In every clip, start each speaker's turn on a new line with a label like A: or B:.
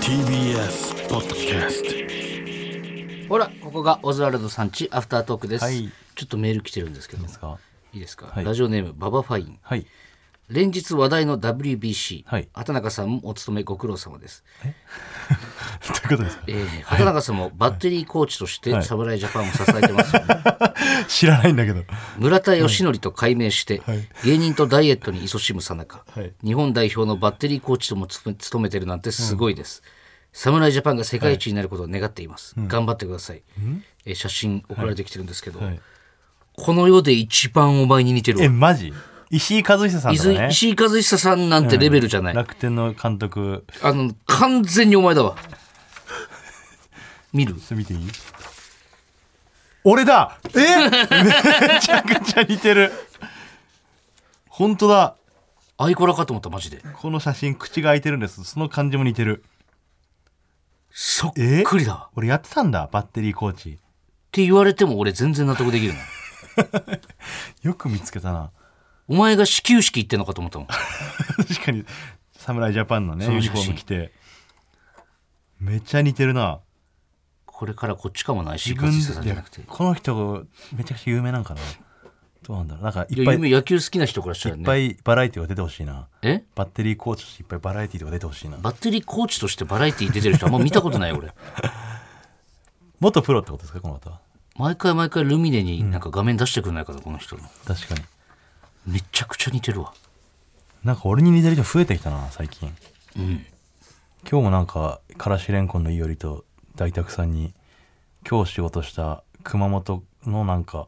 A: TBS ポッドキャスト
B: ほら、ここがオズワルドさんちアフタートークです。
C: はい
B: ちょっとメール来てるんですけども。い
C: ですか
B: いですか、
C: はい
B: ラジオネーム、ババファイン。
C: はい
B: 連日話題の WBC、
C: はい
B: 畑中さんもお勤めご苦労様です。
C: どういうことですか
B: えー畑中さんもバッテリーコーチとして
C: い
B: 侍ジャパンを支えてますよね。
C: 知らないんだけど
B: 村田義則と改名して、
C: はい
B: 芸人とダイエットに勤しむさなか、
C: はい
B: 日本代表のバッテリーコーチともつ務めてるなんてすごいです、侍ジャパンが世界一になることを願っています、頑張ってください、えー写真送られてきてるんですけど、
C: はい
B: この世で一番お前に似てる
C: え
B: わ
C: マジ石井和久さん
B: 伊
C: とか
B: 豆
C: ね
B: 石井和久さんなんてレベルじゃない、
C: 楽天の監督ちょ
B: あの完全にお前だわ見る
C: っと見ていい俺だ えめちゃくちゃ似てる本当だ
B: アイコラかと思ったマジで
C: この写真口が開いてるんですその感じも似てる
B: そっ
C: え
B: くりだわっ
C: 俺やってたんだバッテリーコーチ
B: て言われても俺全然納得できるな
C: よく見つけたな
B: お前が始球式行ってんのかと思ったもん
C: 確かに侍ジャパンのね
B: そう
C: ユニフォーム着てめっちゃ似てるな
B: これからこっちかもないし、
C: 自
B: 勝
C: 分
B: 久さんじゃなくて。
C: でこの人めちゃくちゃ有名なんかなどうなんだろうなんかい
B: い
C: っぱ
B: や、
C: いい
B: 夢野球好きな人からしたら
C: っ
B: ね。
C: ぱいバラエティーが出てほしいな
B: え
C: バッテリーコーチとしていっぱいバラエティーとか出てほしいな
B: バッテリーコーチとしてバラエティー出てる人あんま見たことないよ俺。
C: 元プロってことですかこの方は
B: 毎回毎回ルミネになんか画面出してくれないから、この人の。
C: 確かに
B: めちゃくちゃ似てるわ。
C: なんか俺に似てる人増えてきたな最近
B: うん。
C: 今日もなんかからしれんこんのいおりと大沢さんに今日仕事した熊本のなんか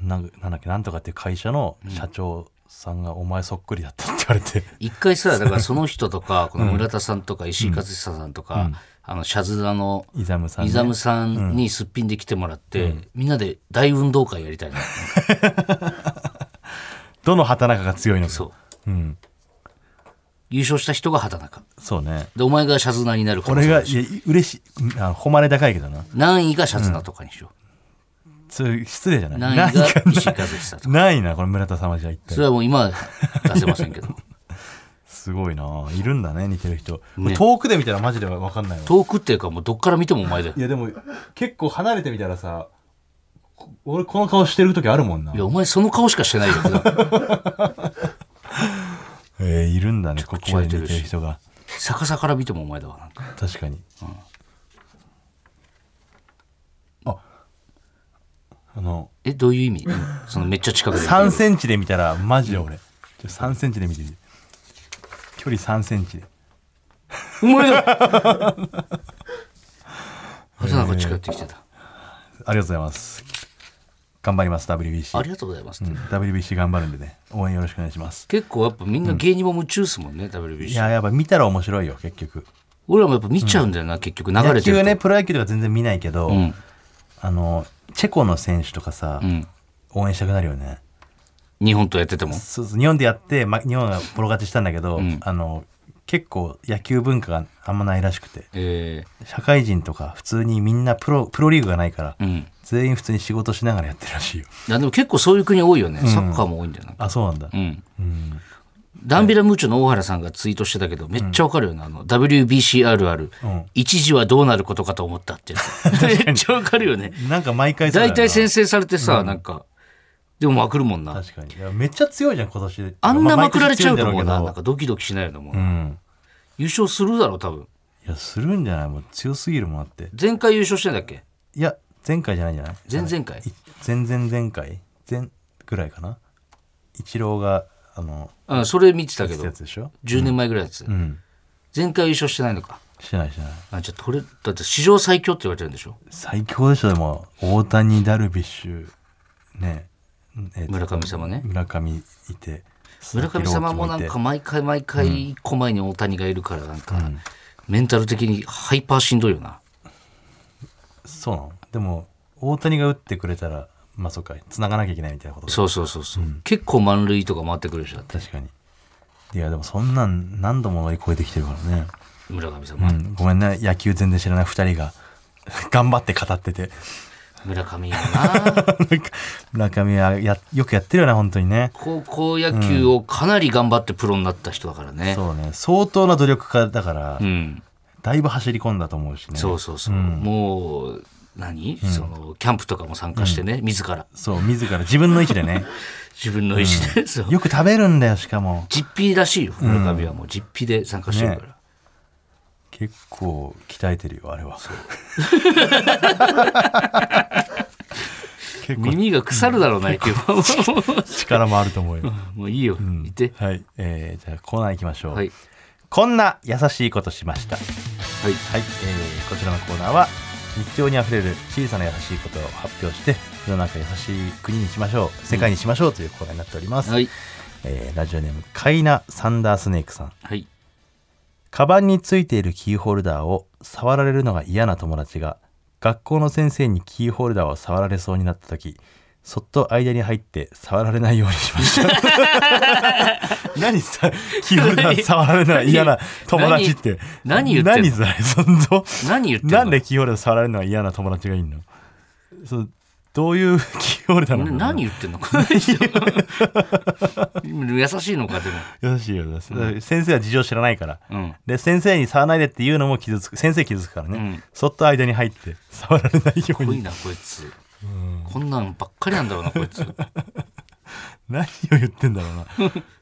C: なんなんだっけなんとかっていう会社の社長さんが「お前そっくりだった」って言われて、
B: 一回さ、だからその人と か、この村田さんとか石井和久さんとか、あの、シャズダの
C: イザムさん、
B: イ
C: ね、
B: ザムさんにすっぴんで来てもらって、みんなで大運動会やりたいな。
C: どの畑中が強いのか
B: そ
C: う
B: う。
C: ん、
B: 優勝した人が畑中。
C: そうね
B: で、お前がシャズナになるから
C: 俺。がいや嬉しいうんあ誉れ高いけどな
B: 何位がシャズナとかにしよ
C: つ失礼じゃな
B: う。
C: い
B: 何位が
C: ないか
B: 石井和久とか。
C: ないなこれ村田様じゃ一
B: そ
C: 体
B: れはもう今は出せませんけど
C: すごいないるんだね似てる人、
B: ね
C: 遠くで見たらマジで分かんないわ
B: 遠くっていうかもうどっから見てもお前だよ
C: いやでも結構離れてみたらさこ俺この顔してる時あるもんない
B: やお前その顔しかしてない よ普段
C: えー、いるんだねここまで
B: ちょっと
C: 似てる人が
B: 逆さから見てもお前だわなんか
C: 確かに、ああの
B: えどういう意味そのめっちゃ近くで見てる
C: 3センチで見たらマジで俺、ちょ3センチで見てみて距離3センチで
B: お前だあとなんか近寄ってきてた、
C: ありがとうございます頑張ります WBC
B: ありがとうございますって、
C: うん WBC 頑張るんでね応援よろしくお願いします
B: 結構やっぱみんな芸人も夢中っすもんね、WBC
C: いややっぱ見たら面白いよ結局
B: 俺らもやっぱ見ちゃうんだよな、結局流れ
C: 野
B: て
C: 球
B: ると
C: ねプロ野球とか全然見ないけど、
B: うん
C: あのチェコの選手とかさ、
B: うん
C: 応援したくなるよね
B: 日本とやってても
C: そうそう日本でやって、ま、日本がボロ勝ちしたんだけど、
B: ん
C: あの結構野球文化があんまないらしくて
B: え
C: 社会人とか普通にみんなプロプロリーグがないから、
B: ー、うん
C: 全員普通に仕事しながらやってるらしいよ
B: いやでも結構そういう国多いよね、サッカーも多いんだよな
C: あそうなんだ、
B: うんダンビラムーチョの大原さんがツイートしてたけど、めっちゃわかるよな、あの、WBC あるある、
C: ん
B: 一時はどうなることかと思ったってや つめっちゃわかるよね。
C: なんか毎 回そうだよな
B: 大体先制されてさ、なんか、でもまくるもんな。
C: 確かにいやめっちゃ強いじゃん今年
B: あんなまくられちゃうと
C: と思
B: 思う
C: う
B: な、なんかドキドキしないようなもん、
C: うん
B: 優勝するだろ、多分。
C: いやするんじゃないもう強すぎるもんあって
B: 前回優勝してんだっけ
C: いや前回じゃないんじゃない
B: 前々回
C: い前々前回前ぐらいかな一郎があの
B: うん、それ見てたけ
C: し
B: ど
C: たや、つでしょ
B: 10年前ぐらいのやつ。
C: うん
B: 前回優勝してないのか。
C: してないしてない
B: あじゃあ、取れ、だって史上最強って言われてるんでしょ
C: 最強でしょでも大谷ダルビッシュねえ
B: 村上様ね。
C: 村上いて
B: 村上様もなんか毎回毎回一個前に大谷がいるからなんか、メンタル的にハイパーしんどいよな
C: そうなのでも大谷が打ってくれたらまあそっか繋がなきゃいけないみたいなこと
B: そうそうそうそう、結構満塁とか回ってくる人だって
C: 確かにいやでもそんなん何度も乗り越えてきてるからね
B: 村上様、
C: うん、ごめんね野球全然知らない2人が頑張って語ってて
B: 村上や な
C: 村上はやよくやってるよね本当にね
B: 高校野球をかなり頑張ってプロになった人だからね
C: そうね相当な努力家だから、
B: うん
C: だいぶ走り込んだと思うしね
B: そうそうそう、もう何、そのキャンプとかも参加してね、自ら
C: そう自ら自分の意思でね
B: 自分の意思で、 そう
C: よく食べるんだよしかも
B: 実費らしいよ村上はもう実費で参加してるから、
C: 結構鍛えてるよあれは結構
B: 耳が腐るだろうな野球は
C: 力もあると思うよ、
B: もういいよ、
C: うん
B: 言って
C: はい、えーじゃあコーナー行きましょう、
B: はい
C: こんな優しいことしました
B: はい
C: はい、えーこちらのコーナーは日常にあふれる小さな優しいことを発表して世の中優しい国にしましょう世界にしましょうというコーナーになっております、
B: はい
C: えーラジオネームカイナ・サンダースネークさん
B: はい
C: カバンについているキーホルダーを触られるのが嫌な友達が学校の先生にキーホルダーを触られそうになった時そっと間に入って触られないようにしました 何さキーホルダー触られない嫌な友達って
B: 何何言ってんの
C: 何それそんぞ
B: 何言ってんの
C: なんでキーホルダー触られるのが嫌な友達がいるのそうどういうキーホルダーな
B: な
C: の
B: 何言ってんのこの人 優しいのかでも
C: 優しいよ、ね先生は事情知らないから、
B: うん
C: で先生に触らないでっていうのも傷つく先生傷つくからね、
B: うん
C: そっと間に入って触られないよう
B: 濃い
C: に
B: なこいつこんなんばっかりなんだろうなこ いつ
C: 何を言ってんだろ うな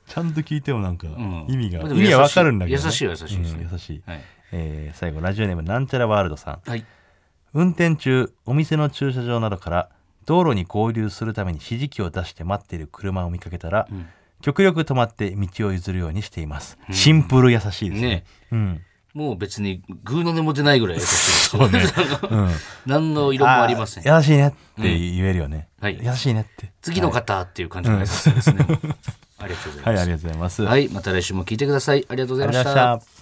C: ちゃんと聞いてもなんか
B: ん
C: 意味が、
B: まあでも
C: 意
B: 優し
C: 味
B: い
C: はわかるんだけどね、
B: 優しいは優しいですね
C: うん優しい
B: はい
C: えー最後ラジオネームなんちゃらワールドさん
B: はい
C: 運転中お店の駐車場などから道路に合流するために指示器を出して待っている車を見かけたら、極力止まって道を譲るようにしています、シンプル優しいですね
B: ね
C: うん、
B: もう別にグーの根も出ないぐらい優しいです
C: そう ねうん、
B: 何の色もありません
C: あー優しいねって言えるよね、
B: うんはい
C: 優しいねって
B: 次の方っていう感じの挨拶ですね、ありがとうございます、
C: はいありがとうございます、
B: はい、また来週も聞いてください。ありがとうご
C: あ
B: ざ
C: りが
B: い
C: とうご
B: ま
C: ざい
B: し
C: ましたた。